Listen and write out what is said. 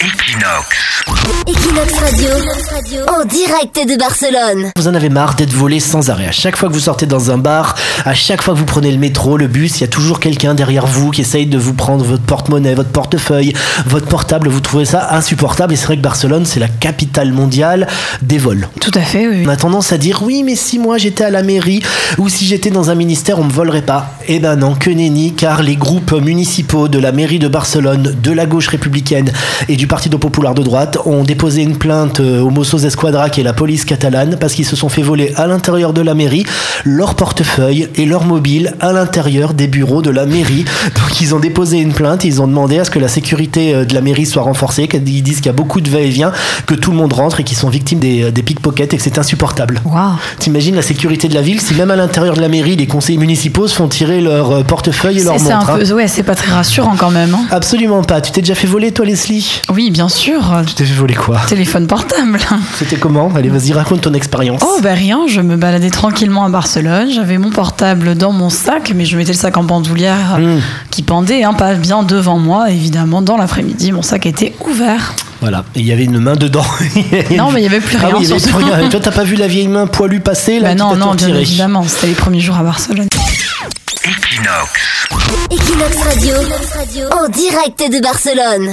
Equinox. Equinox Radio, en direct de Barcelone. Vous en avez marre d'être volé sans arrêt. À chaque fois que vous sortez dans un bar, à chaque fois que vous prenez le métro, le bus, il y a toujours quelqu'un derrière vous qui essaye de vous prendre votre porte-monnaie, votre portefeuille, votre portable. Vous trouvez ça insupportable. Et c'est vrai que Barcelone, c'est la capitale mondiale des vols. Tout à fait, oui. On a tendance à dire oui, mais si moi j'étais à la mairie ou si j'étais dans un ministère, on me volerait pas. Eh ben non, que nenni, car les groupes municipaux de la mairie de Barcelone, de la gauche républicaine et du Partido Popular de droite ont déposé une plainte euh, aux Mossos Esquadra, qui est la police catalane, parce qu'ils se sont fait voler à l'intérieur de la mairie leur portefeuille et leur mobile à l'intérieur des bureaux de la mairie. Donc ils ont déposé une plainte, ils ont demandé à ce que la sécurité euh, de la mairie soit renforcée, qu'ils disent qu'il y a beaucoup de va-et-vient, que tout le monde rentre et qu'ils sont victimes des, des pickpockets et que c'est insupportable. Waouh. T'imagines la sécurité de la ville si même à l'intérieur de la mairie, les conseillers municipaux se font tirer leur euh, portefeuille et leur C'est c'est montre. un hein. peu, ouais, c'est pas très rassurant quand même. hein. Absolument pas. Tu t'es déjà fait voler toi, Leslie Oui, bien sûr. euh, Tu t'es fait voler quoi Téléphone portable. hein. C'était comment Allez, vas-y, raconte ton expérience. Oh, bah rien, je me baladais tranquillement à Barcelone. J'avais mon portable dans mon sac, mais je mettais le sac en bandoulière euh, Hmm, qui pendait, hein, pas bien devant moi, évidemment. Dans l'après-midi, mon sac était ouvert. voilà, Et il y avait une main dedans. Non, mais il y avait plus Ah rien. oui, il y avait surtout. plus rien. Et toi, t'as pas vu la vieille main poilue passer là Bah qui non, t'a tout non, bien retiré évidemment. C'était les premiers jours à Barcelone. Equinox. Equinox Radio, en direct de Barcelone.